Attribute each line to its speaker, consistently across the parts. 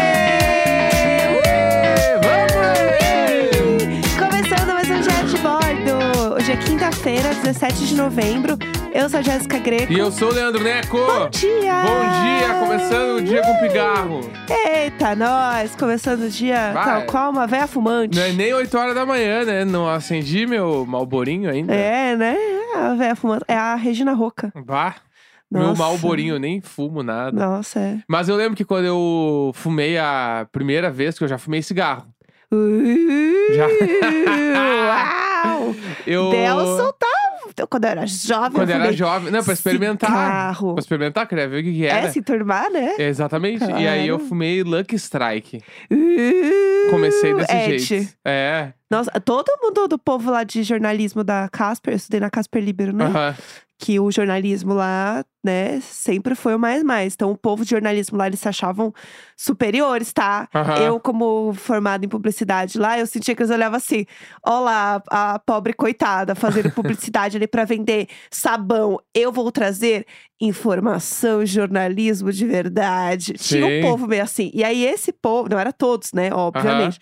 Speaker 1: um Hoje é quinta-feira, 17 de novembro. Eu sou a Jéssica Greco.
Speaker 2: E eu sou o Leandro Neco.
Speaker 1: Bom dia!
Speaker 2: Bom dia, começando o dia com pigarro.
Speaker 1: Eita, nós! Começando o dia
Speaker 2: Vai.
Speaker 1: tal Tá, qual uma véia fumante.
Speaker 2: Não é nem 8 horas da manhã, né? Não acendi meu malborinho ainda.
Speaker 1: É, né? É A véia fumante. É a Regina Roca.
Speaker 2: Bah, meu
Speaker 1: Nossa.
Speaker 2: malborinho, eu nem fumo nada.
Speaker 1: Nossa, é.
Speaker 2: Mas eu lembro que quando eu fumei a primeira vez, que eu já fumei cigarro.
Speaker 1: Uh,
Speaker 2: Já.
Speaker 1: Uau!
Speaker 2: Eu...
Speaker 1: Delson tá... Quando eu era jovem,
Speaker 2: Quando eu
Speaker 1: eu
Speaker 2: era
Speaker 1: fumei
Speaker 2: jovem. Não, pra experimentar.
Speaker 1: Cigarro.
Speaker 2: Pra experimentar, É. queria ver o que, que
Speaker 1: É,
Speaker 2: era.
Speaker 1: se turmar, né?
Speaker 2: Exatamente. E aí eu
Speaker 1: Claro.
Speaker 2: fumei Lucky Strike.
Speaker 1: Uh,
Speaker 2: Comecei desse
Speaker 1: Ed.
Speaker 2: jeito. É.
Speaker 1: Nossa, todo mundo do povo lá de jornalismo da Casper, eu estudei na Casper Libero, né?
Speaker 2: Aham.
Speaker 1: que o jornalismo lá, né, sempre foi o mais mais. Então, o povo de jornalismo lá, eles se achavam superiores, tá?
Speaker 2: Aham.
Speaker 1: Eu, como formada em publicidade lá, eu sentia que eles olhavam assim: ó lá, a pobre coitada fazendo publicidade ali pra vender sabão. Eu vou trazer informação e jornalismo de verdade. Tinha um
Speaker 2: Sim.
Speaker 1: povo meio assim. E aí, esse povo, não era todos, né, obviamente.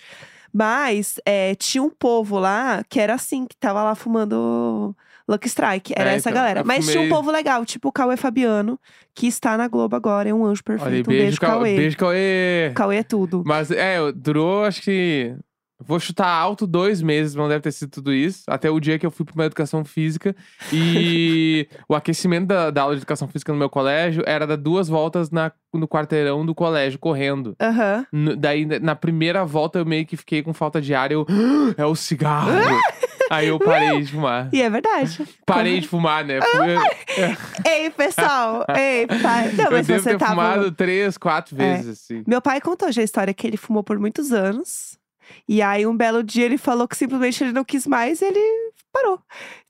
Speaker 1: Mas é, tinha um povo lá que era assim, que tava lá fumando Lucky Strike. Era
Speaker 2: É,
Speaker 1: essa
Speaker 2: então,
Speaker 1: galera.
Speaker 2: eu
Speaker 1: Mas tinha um
Speaker 2: fumei-
Speaker 1: povo legal, tipo o Cauê Fabiano, que está na Globo agora, é um anjo perfeito.
Speaker 2: Olha, aí,
Speaker 1: um beijo,
Speaker 2: Cau-
Speaker 1: Cauê.
Speaker 2: Beijo, Cauê.
Speaker 1: Cauê é tudo.
Speaker 2: Mas é, eu- durou, acho que. Vou chutar alto dois meses, não deve ter sido tudo isso. Até o dia que eu fui pra uma educação física. E o aquecimento da, da aula de educação física no meu colégio era dar duas voltas na- no quarteirão do colégio, correndo.
Speaker 1: Aham.
Speaker 2: N- daí, né, na- na primeira volta, eu meio que fiquei com falta de ar. Eu. É o cigarro! Aí eu parei de fumar.
Speaker 1: E Ah, é verdade.
Speaker 2: Parei de fumar, né? Fui-
Speaker 1: Ei, pessoal! Ei, pai. Não,
Speaker 2: eu
Speaker 1: mas
Speaker 2: devo
Speaker 1: você
Speaker 2: ter
Speaker 1: tava.
Speaker 2: fumado três, quatro
Speaker 1: É.
Speaker 2: vezes, assim.
Speaker 1: Meu pai contou já a história que ele fumou por muitos anos. E aí, um belo dia, ele falou que simplesmente ele não quis mais e ele parou.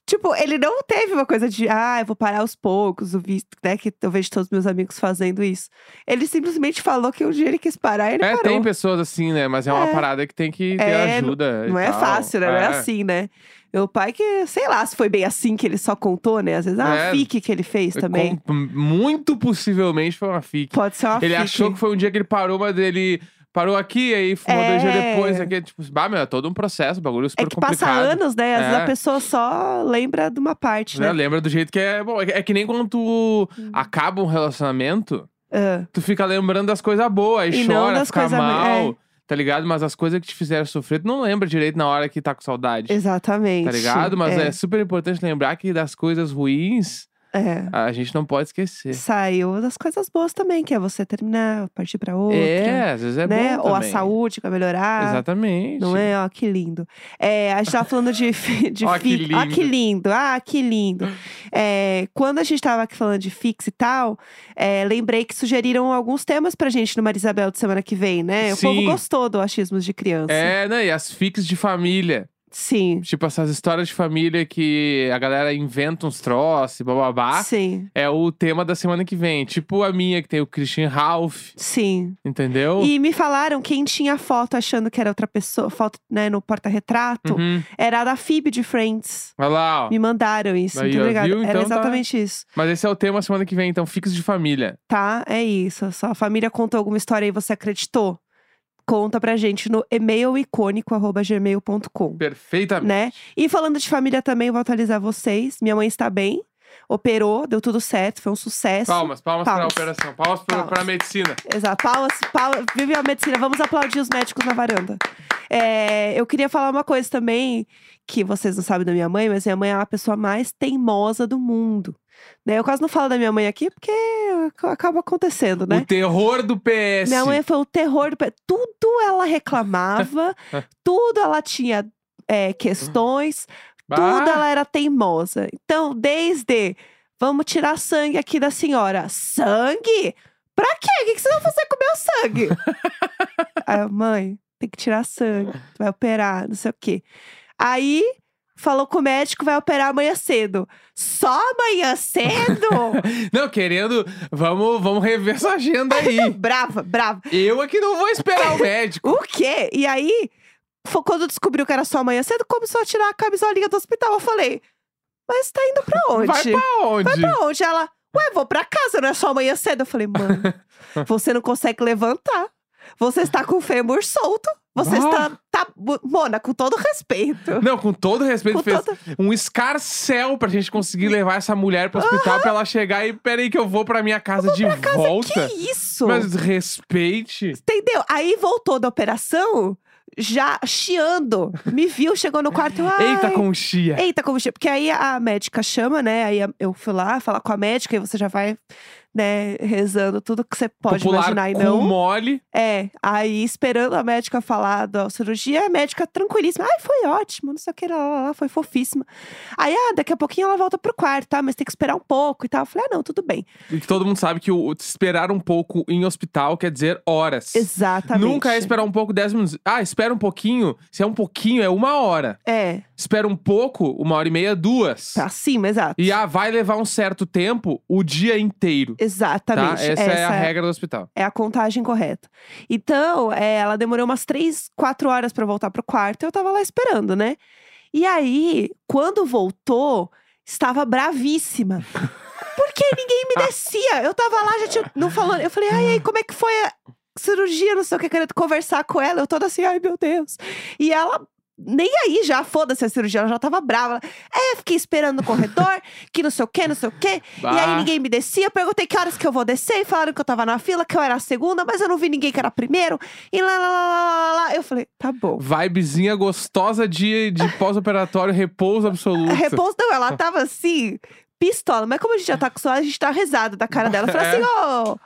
Speaker 1: Tipo, ele não teve uma coisa de, ah, eu vou parar aos poucos, o visto, né? Que eu vejo todos meus amigos fazendo isso. Ele simplesmente falou que um dia ele quis parar e ele
Speaker 2: é,
Speaker 1: parou.
Speaker 2: tem pessoas assim, né? Mas é uma
Speaker 1: É.
Speaker 2: parada que tem que ter
Speaker 1: É,
Speaker 2: ajuda. e
Speaker 1: Não é
Speaker 2: tal.
Speaker 1: fácil, né? Não é
Speaker 2: É.
Speaker 1: assim, né? Meu pai que, sei lá, se foi bem assim que ele só contou, né? Às vezes, ah,
Speaker 2: É.
Speaker 1: fique que ele fez também.
Speaker 2: Com- muito possivelmente foi uma fic.
Speaker 1: Pode ser uma
Speaker 2: ele
Speaker 1: fique.
Speaker 2: achou que foi um dia que ele parou, mas ele parou aqui, aí fumou dois dias
Speaker 1: É.
Speaker 2: depois. Aqui, tipo, bah, meu, é todo um processo, bagulho super
Speaker 1: É que
Speaker 2: complicado.
Speaker 1: passa anos, né? Às vezes a
Speaker 2: É.
Speaker 1: pessoa só lembra de uma parte,
Speaker 2: Né?
Speaker 1: né?
Speaker 2: Lembra do jeito que é. Bom, é é que nem quando tu acaba um relacionamento,
Speaker 1: Ah.
Speaker 2: tu fica lembrando das coisas boas, aí
Speaker 1: E não
Speaker 2: chora,
Speaker 1: das
Speaker 2: fica
Speaker 1: coisas ruins, é.
Speaker 2: mal, tá ligado? Mas as coisas que te fizeram sofrer, tu não lembra direito na hora que tá com saudade.
Speaker 1: Exatamente.
Speaker 2: Tá ligado? Mas é super importante lembrar que das coisas ruins,
Speaker 1: é, é.
Speaker 2: A gente não pode esquecer.
Speaker 1: Saiu das coisas boas também, que é você terminar, partir pra outra.
Speaker 2: É, às vezes é
Speaker 1: né?
Speaker 2: bom
Speaker 1: Ou a
Speaker 2: também.
Speaker 1: saúde que vai melhorar.
Speaker 2: Exatamente.
Speaker 1: Não é? Ó, que lindo. É, a gente tava falando de, fi- de
Speaker 2: Ó, que
Speaker 1: fic. Ó, que
Speaker 2: lindo.
Speaker 1: lindo. Ah, que lindo. É, quando a gente tava aqui falando de fix e tal, é, lembrei que sugeriram alguns temas pra gente no Marisabel de semana que vem, né? O povo
Speaker 2: Sim.
Speaker 1: gostou do achismos de criança.
Speaker 2: É, né? E as fics de família.
Speaker 1: Sim.
Speaker 2: Tipo, essas histórias de família que a galera inventa uns troços, bababá.
Speaker 1: Sim.
Speaker 2: É o tema da semana que vem. Tipo a minha, que tem o Christian Ralph,
Speaker 1: Sim.
Speaker 2: entendeu?
Speaker 1: E me falaram quem tinha foto achando que era outra pessoa, foto né, no porta-retrato,
Speaker 2: Uhum.
Speaker 1: era a da Phoebe de Friends.
Speaker 2: Vai lá, ó.
Speaker 1: Me mandaram isso,
Speaker 2: Aí,
Speaker 1: muito
Speaker 2: ó,
Speaker 1: obrigada.
Speaker 2: viu?
Speaker 1: era
Speaker 2: Então tá.
Speaker 1: exatamente isso.
Speaker 2: Mas esse é o tema semana que vem, então, fics de família.
Speaker 1: Tá? É isso. Sua família contou alguma história e você acreditou? Conta pra gente no e-mailicônico.gmail.com.
Speaker 2: Perfeitamente.
Speaker 1: Né? E falando de família também, vou atualizar vocês. Minha mãe está bem, operou, deu tudo certo, foi um sucesso.
Speaker 2: Palmas, palmas,
Speaker 1: Palmas.
Speaker 2: pra operação. Palmas, pra-
Speaker 1: Palmas.
Speaker 2: pra medicina.
Speaker 1: Exato. Palmas, palmas. Vive a medicina. Vamos aplaudir os médicos na varanda. É, eu queria falar uma coisa também, que vocês não sabem da minha mãe, mas minha mãe é a pessoa mais teimosa do mundo. Né? Eu quase não falo da minha mãe aqui, porque ac- acaba acontecendo, né?
Speaker 2: O terror do PS.
Speaker 1: Minha mãe foi o terror do... pe- Tudo ela reclamava, tudo ela tinha é, questões,
Speaker 2: Bah.
Speaker 1: tudo ela era teimosa. Então, desde vamos tirar sangue aqui da senhora. Sangue? Pra quê? O que que vocês vão fazer com o meu sangue? Aí, eu, mãe, tem que tirar sangue, tu vai operar, não sei o quê. Aí falou com o médico, vai operar amanhã cedo. Só amanhã cedo?
Speaker 2: Não, querendo, vamos, vamos rever essa agenda aí.
Speaker 1: brava, brava.
Speaker 2: Eu aqui não vou esperar o médico.
Speaker 1: O quê? E aí, fo- quando descobriu que era só amanhã cedo, começou a tirar a camisolinha do hospital. Eu falei, mas tá indo pra onde?
Speaker 2: Vai pra onde?
Speaker 1: pra onde? Ela, ué, vou pra casa, não é só amanhã cedo. Eu falei, mãe, você não consegue levantar. Você está com o fêmur solto. Você
Speaker 2: Ah.
Speaker 1: está. Tá, Mona, com todo respeito.
Speaker 2: Não, com todo respeito,
Speaker 1: Com
Speaker 2: fez
Speaker 1: todo-
Speaker 2: um escarcel pra gente conseguir levar essa mulher pro hospital pra ela chegar e peraí que eu vou pra minha casa de volta.
Speaker 1: Que isso?
Speaker 2: É. Mas respeite.
Speaker 1: Entendeu? Aí voltou da operação, já chiando. Me viu, chegou no quarto. eu, Ai,
Speaker 2: Eita, um Conchia.
Speaker 1: Eita, como chama? Porque aí a médica chama, né? Aí a- eu fui lá falar com a médica e você já vai, né, rezando tudo que você pode
Speaker 2: Popular
Speaker 1: imaginar e
Speaker 2: cu
Speaker 1: não.
Speaker 2: mole.
Speaker 1: É, aí esperando a médica falar da cirurgia, a médica tranquilíssima. Ai, foi ótimo, não sei o que, lá, lá, lá, foi fofíssima. Aí, ah, daqui a pouquinho ela volta pro quarto, tá? Mas tem que esperar um pouco e tal. Eu falei, ah, não, tudo bem.
Speaker 2: E que todo mundo sabe que o, o esperar um pouco em hospital quer dizer horas.
Speaker 1: Exatamente.
Speaker 2: Nunca é esperar um pouco, 10 minutos. Ah, espera um pouquinho. Se é um pouquinho, é uma hora.
Speaker 1: É,
Speaker 2: Espera um pouco, uma hora e meia, duas.
Speaker 1: pra cima, exato.
Speaker 2: E ah, vai levar um certo tempo, o dia inteiro. Tá?
Speaker 1: Exatamente.
Speaker 2: Essa, é a regra do hospital.
Speaker 1: É a contagem correta. Então, é, ela demorou umas três, quatro horas pra voltar pro quarto. Eu tava lá esperando, né? E aí, quando voltou, estava bravíssima. Porque ninguém me descia. Eu tava lá, já tinha não falando. Eu falei, ai, ai, como é que foi a cirurgia? Não sei o que, querendo conversar com ela. Eu toda assim, ai, meu Deus. E ela. Nem aí já, foda-se a cirurgia, ela já tava brava. Ela, é, fiquei esperando no corredor, que não sei o que, não sei o que. E aí
Speaker 2: Ah.
Speaker 1: ninguém me descia. Eu perguntei que horas que eu vou descer. E falaram que eu tava na fila, que eu era a segunda, mas eu não vi ninguém que era primeiro. E lá, lá, lá, lá, lá, lá. Eu falei, tá bom.
Speaker 2: Vibezinha gostosa de, de pós-operatório, repouso absoluto.
Speaker 1: Repouso, não, ela tava assim, pistola. Mas como a gente já tá com sono, a gente tá risada da cara dela. Eu
Speaker 2: É.
Speaker 1: falei assim, ô,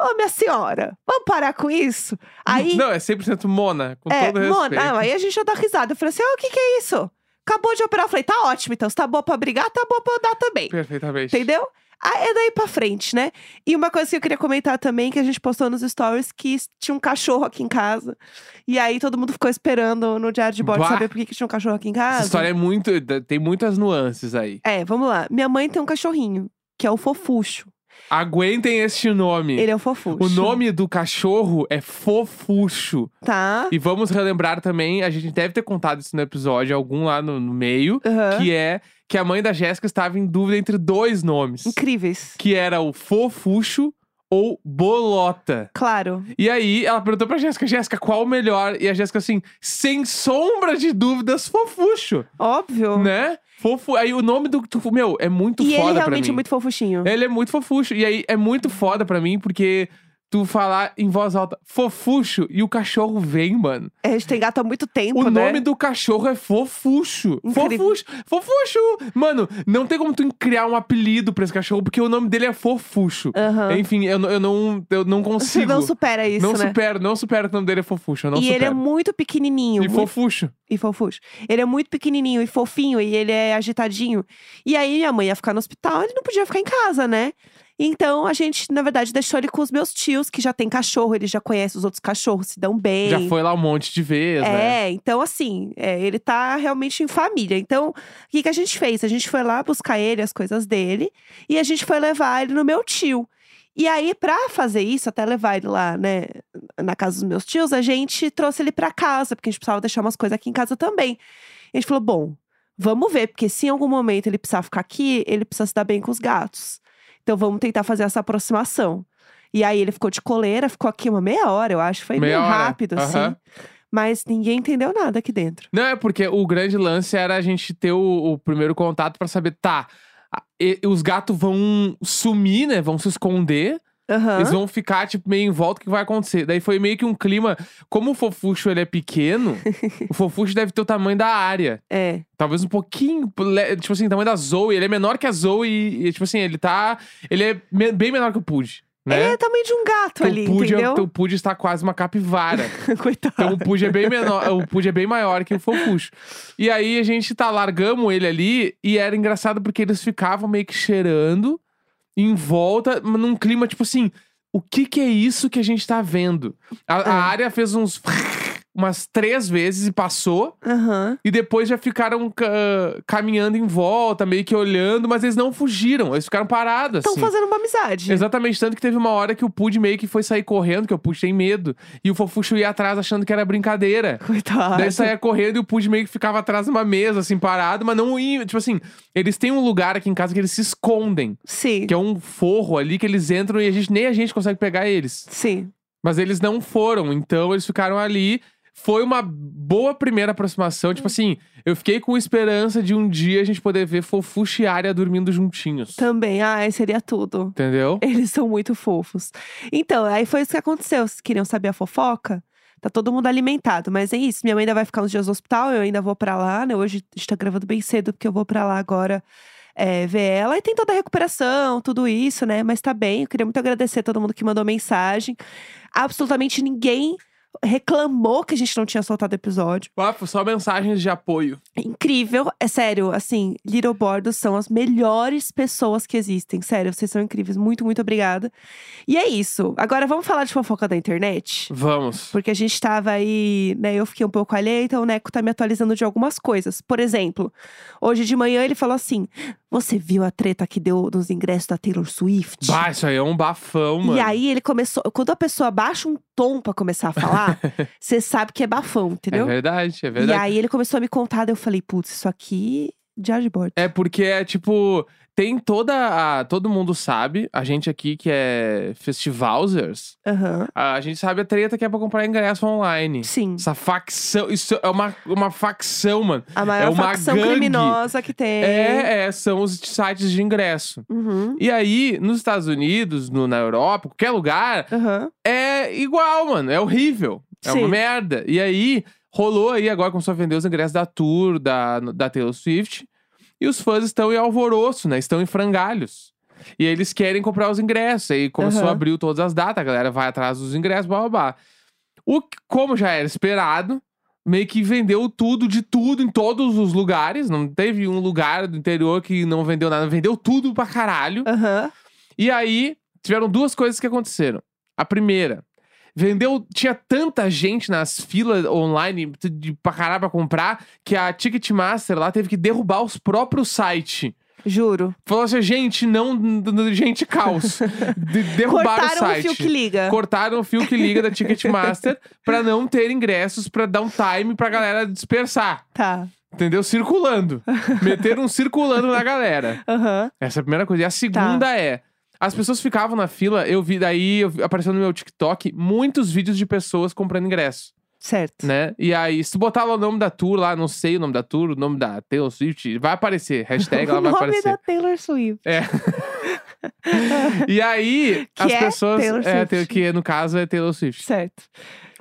Speaker 1: ô, minha senhora, vamos parar com isso? Aí,
Speaker 2: Não, é 100% mona, com
Speaker 1: é,
Speaker 2: todo respeito.
Speaker 1: mano, não, aí a gente já dá risada. Eu falei assim, ô, o que que é isso? Acabou de operar. Eu falei, tá ótimo, então. Se tá boa pra brigar, tá boa pra andar também.
Speaker 2: Perfeitamente.
Speaker 1: Entendeu? Ah, é daí pra frente, né? E uma coisa que eu queria comentar também, que a gente postou nos stories, que tinha um cachorro aqui em casa. E aí todo mundo ficou esperando no diário de bordo
Speaker 2: Bah!
Speaker 1: saber por que, que tinha um cachorro aqui em casa.
Speaker 2: Essa história é muito. Tem muitas nuances aí.
Speaker 1: É, vamos lá. Minha mãe tem um cachorrinho, que é o Fofuxo.
Speaker 2: Aguentem este nome.
Speaker 1: Ele é o Fofuxo.
Speaker 2: O nome do cachorro é Fofuxo.
Speaker 1: Tá.
Speaker 2: E vamos relembrar também, a gente deve ter contado isso no episódio, algum lá no, no meio,
Speaker 1: Aham.
Speaker 2: que é que a mãe da Jéssica estava em dúvida entre dois nomes.
Speaker 1: Incríveis.
Speaker 2: Que era o Fofuxo ou Bolota.
Speaker 1: Claro.
Speaker 2: E aí ela perguntou pra Jéssica, Jéssica, qual o melhor? E a Jéssica assim, sem sombra de dúvidas, Fofuxo,
Speaker 1: Óbvio.
Speaker 2: né? Fofo, aí o nome do tu- meu é muito
Speaker 1: e
Speaker 2: foda
Speaker 1: ele
Speaker 2: pra
Speaker 1: realmente
Speaker 2: mim.
Speaker 1: é muito fofuxinho.
Speaker 2: Ele é muito fofuxo. E aí é muito foda pra mim, porque tu falar em voz alta, fofuxo, e o cachorro vem, mano.
Speaker 1: A gente tem gato há muito tempo,
Speaker 2: É. O
Speaker 1: né?
Speaker 2: nome do cachorro é fofuxo.
Speaker 1: Incrível.
Speaker 2: Fofuxo. Fofuxo! Mano, não tem como tu criar um apelido pra esse cachorro, porque o nome dele é fofuxo.
Speaker 1: Aham.
Speaker 2: Enfim, eu, não- eu não, eu não
Speaker 1: Você
Speaker 2: consigo.
Speaker 1: não supera isso,
Speaker 2: Não
Speaker 1: né?
Speaker 2: supero, não supero que o nome dele é fofuxo. Eu não
Speaker 1: e
Speaker 2: supero.
Speaker 1: ele é muito pequenininho.
Speaker 2: e
Speaker 1: muito
Speaker 2: fofuxo.
Speaker 1: e fofuxo. Ele é muito pequenininho e fofinho e ele é agitadinho. E aí minha mãe ia ficar no hospital, ele não podia ficar em casa, né? Então a gente, na verdade, deixou ele com os meus tios, que já tem cachorro, ele já conhece os outros cachorros, se dão bem.
Speaker 2: Já foi lá um monte de vez, né?
Speaker 1: É, então assim, é, ele tá realmente em família. Então, o que, que a gente fez? A gente foi lá buscar ele, as coisas dele, e a gente foi levar ele no meu tio. E aí, pra fazer isso, até levar ele lá, né, na casa dos meus tios, a gente trouxe ele pra casa, porque a gente precisava deixar umas coisas aqui em casa também. E a gente falou: bom, vamos ver, porque se em algum momento ele precisar ficar aqui, ele precisa se dar bem com os gatos. Então, vamos tentar fazer essa aproximação. E aí, ele ficou de coleira, ficou aqui uma meia hora, eu acho. Foi
Speaker 2: Meia
Speaker 1: meio
Speaker 2: hora.
Speaker 1: rápido, assim.
Speaker 2: Aham.
Speaker 1: Mas ninguém entendeu nada aqui dentro.
Speaker 2: Não, é porque o grande lance era a gente ter o, o primeiro contato pra saber, tá, a- e- os gatos vão sumir, né? Vão se esconder.
Speaker 1: Aham.
Speaker 2: Eles vão ficar, tipo, meio em volta, o que vai acontecer? Daí foi meio que um clima. Como o fofuxo ele é pequeno, o fofuxo deve ter o tamanho da área.
Speaker 1: É.
Speaker 2: Talvez um pouquinho, le- tipo assim, o tamanho da Zoe. Ele é menor que a Zoe e, e, tipo assim, ele tá. Ele é me- bem menor que o Pudge, né?
Speaker 1: Ele é também de um gato
Speaker 2: Porque
Speaker 1: ali,
Speaker 2: o Pudge, é-
Speaker 1: entendeu?
Speaker 2: o Pudge está quase uma capivara.
Speaker 1: Coitado.
Speaker 2: Então o Pudge é bem menor, o Pudge é bem maior que o Fofuxo. E aí a gente tá, largamos ele ali e era engraçado porque eles ficavam meio que cheirando em volta, mas num clima tipo assim, o que que é isso que a gente tá vendo? A, a
Speaker 1: É.
Speaker 2: área fez uns umas três vezes e passou
Speaker 1: Aham.
Speaker 2: e depois já ficaram ca- caminhando em volta, meio que olhando, mas eles não fugiram, eles ficaram parados
Speaker 1: Estão
Speaker 2: assim.
Speaker 1: fazendo uma amizade.
Speaker 2: Exatamente, tanto que teve uma hora que o Pud meio que foi sair correndo, que o Pud tem medo, e o Fofuxo ia atrás achando que era brincadeira.
Speaker 1: Coitado.
Speaker 2: Daí saía correndo e o Pud meio que ficava atrás de uma mesa, assim, parado, mas não ia. Tipo assim, eles têm um lugar aqui em casa que eles se escondem,
Speaker 1: Sim.
Speaker 2: que é um forro ali que eles entram e a gente, nem a gente consegue pegar eles.
Speaker 1: Sim.
Speaker 2: Mas eles não foram, então eles ficaram ali. Foi uma boa primeira aproximação. Tipo assim, eu fiquei com esperança de um dia a gente poder ver Fofuxa e Arya dormindo juntinhos.
Speaker 1: Também, ai, seria tudo.
Speaker 2: Entendeu?
Speaker 1: Eles são muito fofos. Então, aí foi isso que aconteceu. Vocês queriam saber a fofoca? Tá todo mundo alimentado, mas é isso. Minha mãe ainda vai ficar uns dias no hospital, eu ainda vou pra lá, né? Hoje a gente tá gravando bem cedo, porque eu vou pra lá agora é, ver ela. E tem toda a recuperação, tudo isso, né? Mas tá bem. Eu queria muito agradecer a todo mundo que mandou mensagem. Absolutamente ninguém reclamou que a gente não tinha soltado episódio.
Speaker 2: Ah, Só mensagens de apoio.
Speaker 1: Incrível, é sério, assim, Little Bordos são as melhores pessoas que existem. Sério, vocês são incríveis. Muito, muito obrigada. E é isso. Agora vamos falar de fofoca da internet?
Speaker 2: Vamos.
Speaker 1: Porque a gente tava aí, né? Eu fiquei um pouco alheia, então o Neco tá me atualizando de algumas coisas. Por exemplo, hoje de manhã ele falou assim: Você viu a treta que deu nos ingressos da Taylor Swift?
Speaker 2: Bah, isso aí é um bafão, mano.
Speaker 1: E aí ele começou. Quando a pessoa baixa um tom pra começar a falar, você sabe que é bafão,
Speaker 2: é
Speaker 1: entendeu?
Speaker 2: verdade, é
Speaker 1: E
Speaker 2: verdade.
Speaker 1: aí ele começou a me contar, daí eu falei, putz, isso aqui já de bordo.
Speaker 2: É porque é tipo. Tem toda a. Todo mundo sabe, a gente aqui que é festivalzers,
Speaker 1: Aham.
Speaker 2: a gente sabe a treta que é pra comprar ingresso online.
Speaker 1: Sim.
Speaker 2: Essa facção. Isso é uma, uma facção, mano.
Speaker 1: A maior
Speaker 2: é uma
Speaker 1: facção
Speaker 2: gangue.
Speaker 1: criminosa que tem.
Speaker 2: É, é, são os sites de ingresso.
Speaker 1: Uhum.
Speaker 2: E aí, nos Estados Unidos, no- na Europa, qualquer lugar,
Speaker 1: Aham.
Speaker 2: é igual, mano. É horrível. É
Speaker 1: Sim.
Speaker 2: uma merda. E aí, rolou aí, agora começou a vender os ingressos da Tour, da, da Taylor Swift. E os fãs estão em alvoroço, né? Estão em frangalhos. E eles querem comprar os ingressos. Aí começou
Speaker 1: Aham.
Speaker 2: a abrir todas as datas, a galera vai atrás dos ingressos, blá blá blá. O, que- como já era esperado, meio que vendeu tudo de tudo em todos os lugares. Não teve um lugar do interior que não vendeu nada. Vendeu tudo pra caralho.
Speaker 1: Aham.
Speaker 2: E aí, tiveram duas coisas que aconteceram. A primeira, vendeu. Tinha tanta gente nas filas online t- de pra caralho pra comprar que a Ticketmaster lá teve que derrubar os próprios sites.
Speaker 1: Juro.
Speaker 2: Falou assim, gente, não. n- n- Gente, caos. De- derrubaram
Speaker 1: Cortaram
Speaker 2: o um site.
Speaker 1: fio que liga.
Speaker 2: Cortaram o fio que liga da Ticketmaster pra não ter ingressos, pra dar um time pra galera dispersar.
Speaker 1: Tá.
Speaker 2: Entendeu? Circulando. Meteram um circulando na galera.
Speaker 1: Aham.
Speaker 2: Essa é a primeira
Speaker 1: Tá.
Speaker 2: coisa. E a segunda é. As
Speaker 1: Hum.
Speaker 2: pessoas ficavam na fila, eu vi, daí eu vi- apareceu no meu TikTok muitos vídeos de pessoas comprando ingresso,
Speaker 1: Certo.
Speaker 2: né? E aí, se tu botar lá o nome da tour lá, não sei o nome da tour, o nome da Taylor Swift, vai aparecer, hashtag ela
Speaker 1: o
Speaker 2: é vai
Speaker 1: nome
Speaker 2: aparecer.
Speaker 1: da Taylor Swift.
Speaker 2: É. E aí,
Speaker 1: Que
Speaker 2: as
Speaker 1: é
Speaker 2: pessoas.
Speaker 1: Taylor
Speaker 2: é,
Speaker 1: Swift.
Speaker 2: que no caso é Taylor Swift.
Speaker 1: Certo.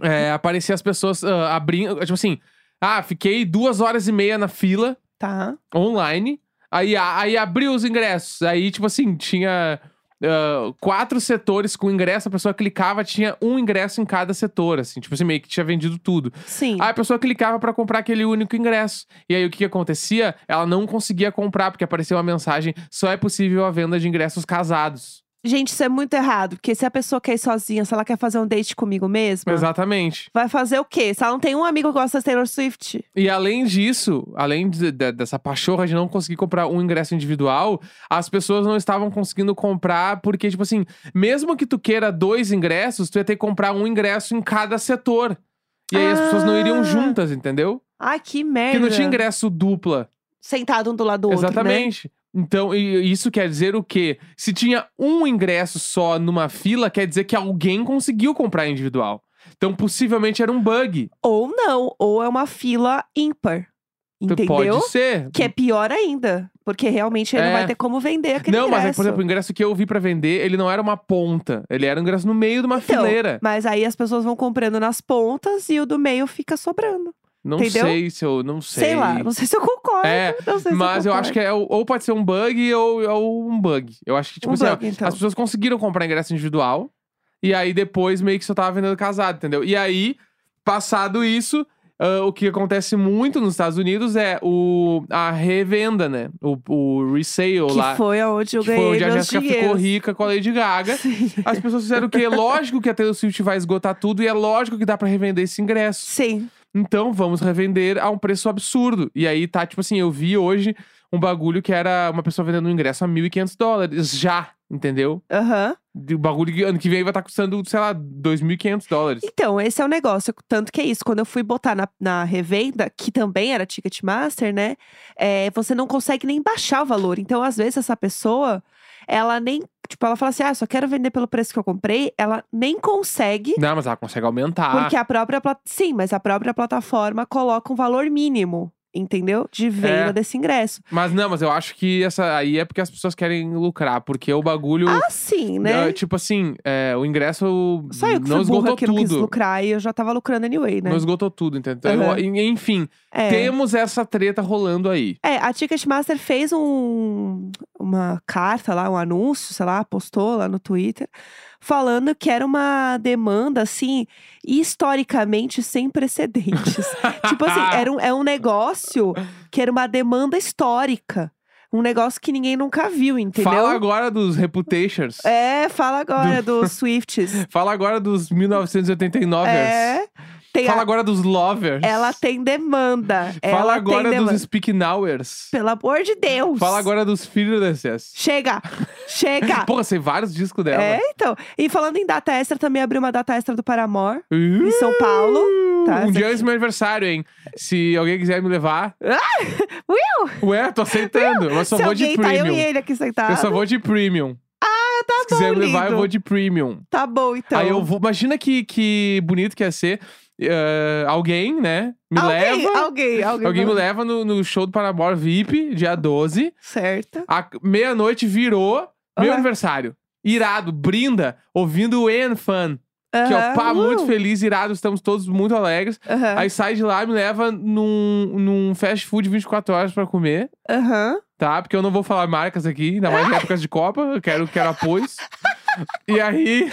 Speaker 2: É, aparecia as pessoas ah, abrindo, tipo assim, ah, fiquei duas horas e meia na fila,
Speaker 1: Tá.
Speaker 2: online. Aí, a- aí abriu os ingressos. Aí, tipo assim, tinha ah, quatro setores com ingresso. A pessoa clicava, tinha um ingresso em cada setor, assim. Tipo assim, meio que tinha vendido tudo.
Speaker 1: Sim.
Speaker 2: Aí a pessoa clicava pra comprar aquele único ingresso. E aí o que, que acontecia? Ela não conseguia comprar, porque apareceu uma mensagem: só é possível a venda de ingressos casados.
Speaker 1: Gente, isso é muito errado. Porque se a pessoa quer ir sozinha, se ela quer fazer um date comigo mesma,
Speaker 2: Exatamente.
Speaker 1: vai fazer o quê? Se ela não tem um amigo que gosta da Taylor Swift.
Speaker 2: E além disso, além de- de- dessa pachorra de não conseguir comprar um ingresso individual, as pessoas não estavam conseguindo comprar porque, tipo assim, mesmo que tu queira dois ingressos, tu ia ter que comprar um ingresso em cada setor. E aí as pessoas não iriam
Speaker 1: Ah.
Speaker 2: juntas, entendeu?
Speaker 1: Ai, que
Speaker 2: Porque
Speaker 1: merda.
Speaker 2: não tinha ingresso dupla.
Speaker 1: Sentado um do lado do outro. né?
Speaker 2: Exatamente. Então, e- isso quer dizer o quê? Se tinha um ingresso só numa fila, quer dizer que alguém conseguiu comprar individual. Então, possivelmente era um bug.
Speaker 1: Ou não, ou é uma fila ímpar. Entendeu?
Speaker 2: Então, Pode ser.
Speaker 1: Que é pior ainda. Porque realmente ele
Speaker 2: É.
Speaker 1: não vai ter como vender aquele
Speaker 2: não, mas, é,
Speaker 1: ingresso.
Speaker 2: por exemplo, o ingresso que eu vi pra vender, ele não era uma ponta. Ele era um ingresso no meio de uma
Speaker 1: Então,
Speaker 2: fileira.
Speaker 1: Mas aí as pessoas vão comprando nas pontas e o do meio fica sobrando.
Speaker 2: Não
Speaker 1: entendeu?
Speaker 2: sei se eu. Não sei.
Speaker 1: Sei, lá, não sei se eu concordo.
Speaker 2: É,
Speaker 1: não sei se
Speaker 2: Mas eu acho que é, ou pode ser um bug ou, ou um bug. Eu acho que, tipo
Speaker 1: Um
Speaker 2: assim, ó,
Speaker 1: bug, então.
Speaker 2: as pessoas conseguiram comprar ingresso individual. E aí depois meio que só tava vendendo casado, entendeu? E aí, passado isso, ah, o que acontece muito nos Estados Unidos é o, a revenda, né? O, o resale
Speaker 1: concordo.
Speaker 2: lá.
Speaker 1: Que foi aonde eu
Speaker 2: que
Speaker 1: ganhei
Speaker 2: foi onde a
Speaker 1: meus
Speaker 2: Jéssica ficou
Speaker 1: dinheiros.
Speaker 2: rica com a Lady Gaga.
Speaker 1: Sim.
Speaker 2: As pessoas fizeram o quê? É Lógico que a Taylor Swift vai esgotar tudo e é lógico que dá pra revender esse ingresso.
Speaker 1: Sim.
Speaker 2: Então vamos revender a um preço absurdo. E aí tá, tipo assim, eu vi hoje um bagulho que era uma pessoa vendendo um ingresso a 1.500 dólares já, entendeu?
Speaker 1: Aham.
Speaker 2: De- O bagulho que ano que vem vai estar custando, sei lá, 2.500 dólares.
Speaker 1: Então, esse é o negócio. Tanto que é isso. Quando eu fui botar na, na revenda, que também era Ticketmaster, né? é, você não consegue nem baixar o valor. Então, às vezes, essa pessoa, ela nem, Tipo, ela fala assim: ah, só quero vender pelo preço que eu comprei. Ela nem consegue,
Speaker 2: Não, mas ela consegue aumentar.
Speaker 1: porque a própria. pla- Sim, mas a própria plataforma coloca um valor mínimo, entendeu? De venda
Speaker 2: É.
Speaker 1: desse ingresso.
Speaker 2: Mas não, mas eu acho que essa aí é porque as pessoas querem lucrar, porque o bagulho.
Speaker 1: Ah, sim, né?
Speaker 2: é, tipo assim, é, o ingresso
Speaker 1: Só eu que
Speaker 2: não
Speaker 1: fui burra
Speaker 2: esgotou
Speaker 1: que não quis
Speaker 2: tudo.
Speaker 1: lucrar e eu já tava lucrando anyway, né?
Speaker 2: Não esgotou tudo, entendeu? Eu-
Speaker 1: Aham.
Speaker 2: en- enfim,
Speaker 1: É.
Speaker 2: temos essa treta rolando aí.
Speaker 1: É, a Ticketmaster fez um, uma carta lá, um anúncio, sei lá, postou lá no Twitter, falando que era uma demanda, assim, historicamente sem precedentes. tipo assim, era um, é um negócio que era uma demanda histórica. Um negócio que ninguém nunca viu, entendeu?
Speaker 2: Fala agora dos Reputations.
Speaker 1: É, fala agora dos Swifts.
Speaker 2: Fala agora dos 1989ers.
Speaker 1: É, tem
Speaker 2: Fala
Speaker 1: a-
Speaker 2: agora dos Lovers.
Speaker 1: ela tem demanda.
Speaker 2: Fala
Speaker 1: ela
Speaker 2: agora
Speaker 1: tem demanda.
Speaker 2: dos Speak Nowers.
Speaker 1: Pelo amor de Deus.
Speaker 2: Fala agora dos Fearlesses.
Speaker 1: Chega, chega.
Speaker 2: Porra, sei vários discos dela.
Speaker 1: É, então. E falando em data extra, também abriu uma data extra do Paramore
Speaker 2: Uh,
Speaker 1: em São Paulo. Tá,
Speaker 2: um
Speaker 1: essa
Speaker 2: dia
Speaker 1: aqui-
Speaker 2: antes do meu aniversário, hein? Se alguém quiser me levar.
Speaker 1: Ah! Will,
Speaker 2: Ué, tô aceitando. Mas só
Speaker 1: se
Speaker 2: vou de
Speaker 1: alguém tá eu e
Speaker 2: premium.
Speaker 1: ele aqui sentado.
Speaker 2: eu só vou de premium. Ah, tá Se
Speaker 1: bom,
Speaker 2: quiser me levar, eu
Speaker 1: lindo.
Speaker 2: vou de premium.
Speaker 1: Tá bom, então.
Speaker 2: Aí eu vou. Imagina que, que bonito que ia ser. eh, alguém, né? Me
Speaker 1: alguém,
Speaker 2: leva.
Speaker 1: alguém, alguém.
Speaker 2: Alguém me
Speaker 1: vai-
Speaker 2: leva no, no show do Paramore VIP, dia 12.
Speaker 1: Certo.
Speaker 2: A meia-noite virou meu
Speaker 1: Aham.
Speaker 2: aniversário. Irado, brinda, ouvindo o Enfan. Que é
Speaker 1: Aham.
Speaker 2: o pá,
Speaker 1: Uh,
Speaker 2: muito feliz, irado, estamos todos muito alegres.
Speaker 1: Aham.
Speaker 2: Aí sai de lá, me leva num, num fast food 24 horas pra comer,
Speaker 1: Aham.
Speaker 2: tá? Porque eu não vou falar marcas aqui, ainda mais em épocas de Copa, eu quero, quero apoios. e aí,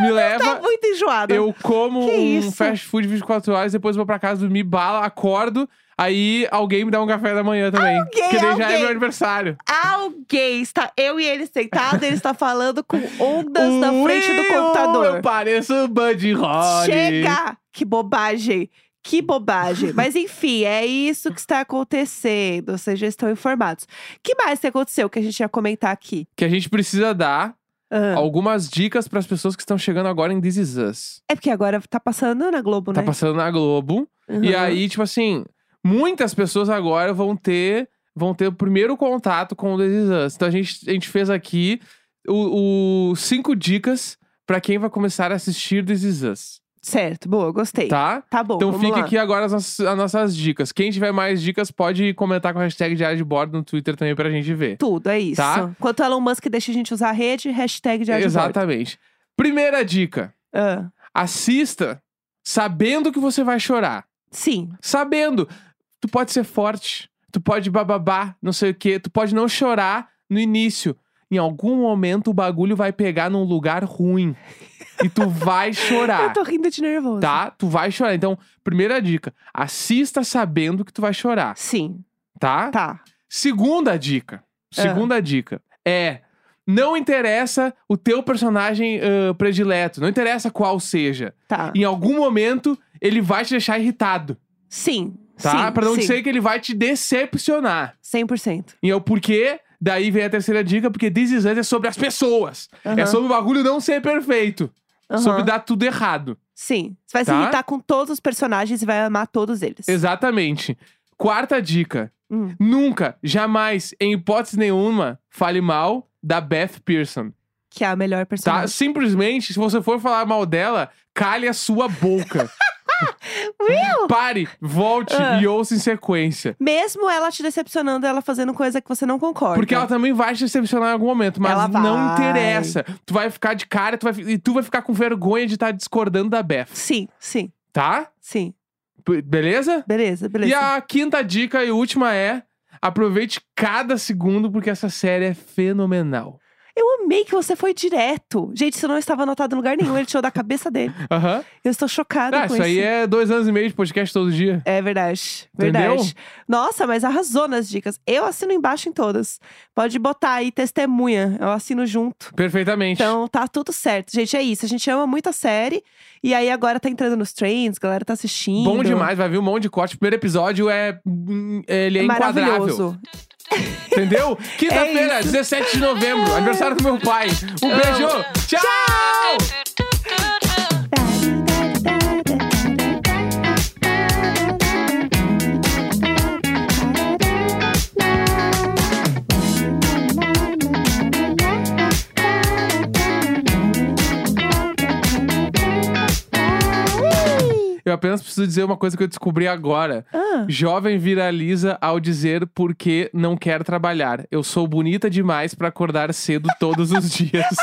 Speaker 2: me
Speaker 1: Tá
Speaker 2: leva,
Speaker 1: muito enjoada.
Speaker 2: eu como
Speaker 1: Que
Speaker 2: um
Speaker 1: isso?
Speaker 2: fast food 24 horas, depois vou pra casa dormir, bala, acordo. Aí alguém me dá um café da manhã também.
Speaker 1: Alguém,
Speaker 2: porque daí já é
Speaker 1: alguém.
Speaker 2: meu aniversário.
Speaker 1: Alguém está, eu e ele sentado, ele está falando com ondas na frente do
Speaker 2: Will, Uh, Eu
Speaker 1: computador.
Speaker 2: pareço o Buddy Holly.
Speaker 1: Chega! Que bobagem! Que bobagem. Mas enfim, é isso que está acontecendo. Vocês já estão informados. que mais que aconteceu que a gente ia comentar aqui?
Speaker 2: Que a gente precisa dar
Speaker 1: Ah,
Speaker 2: algumas dicas pras pessoas que estão chegando agora em This Is Us.
Speaker 1: É porque agora tá passando na Globo,
Speaker 2: Tá
Speaker 1: né?
Speaker 2: passando na Globo.
Speaker 1: Uhum.
Speaker 2: E aí, tipo assim, muitas pessoas agora vão ter vão ter o primeiro contato com o This Is Us. Então a gente, a gente fez aqui o, o cinco dicas pra quem vai começar a assistir This Is Us,
Speaker 1: Certo, boa, gostei.
Speaker 2: tá?
Speaker 1: Tá bom.
Speaker 2: Então
Speaker 1: vamos
Speaker 2: fica
Speaker 1: lá.
Speaker 2: aqui agora as nossas, as nossas dicas. Quem tiver mais dicas pode comentar com a hashtag Diário de Bordo no Twitter também pra gente ver.
Speaker 1: Tudo, é isso.
Speaker 2: Tá?
Speaker 1: Enquanto o Elon Musk deixa a gente usar a rede, hashtag Diário de bordo.
Speaker 2: Exatamente. Primeira dica:
Speaker 1: Ah,
Speaker 2: assista sabendo que você vai chorar.
Speaker 1: sim,
Speaker 2: sabendo. Tu pode ser forte, tu pode bababá, não sei o quê, tu pode não chorar no início. Em algum momento o bagulho vai pegar num lugar ruim. e tu vai
Speaker 1: eu
Speaker 2: chorar.
Speaker 1: tô rindo de nervoso.
Speaker 2: Tá? Tu vai chorar. Então, primeira dica: assista sabendo que tu vai chorar,
Speaker 1: Sim,
Speaker 2: tá?
Speaker 1: tá.
Speaker 2: Segunda dica.
Speaker 1: Ah.
Speaker 2: Segunda dica é. Não interessa o teu personagem ah, predileto, não interessa qual seja.
Speaker 1: Tá.
Speaker 2: Em algum momento, ele vai te deixar irritado
Speaker 1: Sim.
Speaker 2: tá?
Speaker 1: Sim,
Speaker 2: pra não
Speaker 1: sim.
Speaker 2: dizer que ele vai te decepcionar.
Speaker 1: 100%.
Speaker 2: E é o porquê, daí vem a terceira dica, porque This Is Us é sobre as pessoas. É
Speaker 1: Aham.
Speaker 2: sobre o bagulho não ser perfeito. Sobre
Speaker 1: Aham.
Speaker 2: dar tudo errado.
Speaker 1: Sim. Você vai
Speaker 2: Tá?
Speaker 1: se irritar com todos os personagens e vai amar todos eles.
Speaker 2: Exatamente. Quarta dica.
Speaker 1: Hum.
Speaker 2: Nunca, jamais, em hipótese nenhuma, fale mal da Beth Pearson.
Speaker 1: Que é a melhor
Speaker 2: Tá?
Speaker 1: personagem.
Speaker 2: Simplesmente, se você for falar mal dela, calhe a sua boca.
Speaker 1: Will!
Speaker 2: Pare, volte
Speaker 1: Ah.
Speaker 2: e ouça em sequência.
Speaker 1: Mesmo ela te decepcionando, ela fazendo coisa que você não concorda.
Speaker 2: Porque ela também vai te decepcionar em algum momento, mas
Speaker 1: Ela
Speaker 2: não
Speaker 1: vai.
Speaker 2: interessa. Tu vai ficar de cara tu vai, fi- e tu vai ficar com vergonha de estar discordando da Beth,
Speaker 1: Sim, sim,
Speaker 2: tá?
Speaker 1: sim.
Speaker 2: P- Beleza?
Speaker 1: Beleza, beleza.
Speaker 2: E a quinta dica e última é: aproveite cada segundo, porque essa série é fenomenal.
Speaker 1: Eu amei que você foi direto. Gente, isso não estava anotado em lugar nenhum. Ele tirou da cabeça dele.
Speaker 2: Aham.
Speaker 1: Eu estou chocada
Speaker 2: Ah,
Speaker 1: com
Speaker 2: isso aí é dois anos e meio de podcast todo dia.
Speaker 1: É verdade,
Speaker 2: Entendeu?
Speaker 1: verdade. Nossa, mas arrasou nas dicas. Eu assino embaixo em todas. Pode botar aí testemunha. Eu assino junto.
Speaker 2: Perfeitamente.
Speaker 1: Então tá tudo certo. Gente, é isso. A gente ama muito a série. E aí agora tá entrando nos trends, galera tá assistindo.
Speaker 2: Bom demais, vai vir um monte de corte. Primeiro episódio é. hum, Ele é enquadrável.
Speaker 1: Maravilhoso. É
Speaker 2: Entendeu? Quinta-feira,
Speaker 1: isso.
Speaker 2: 17 de novembro, aniversário do meu pai. Um beijo! Tchau!
Speaker 3: Na na na na na na na na
Speaker 2: Eu apenas preciso dizer uma coisa que eu descobri agora.
Speaker 1: Ah,
Speaker 2: Jovem viraliza ao dizer porque não quer trabalhar. Eu sou bonita demais pra acordar cedo todos os dias.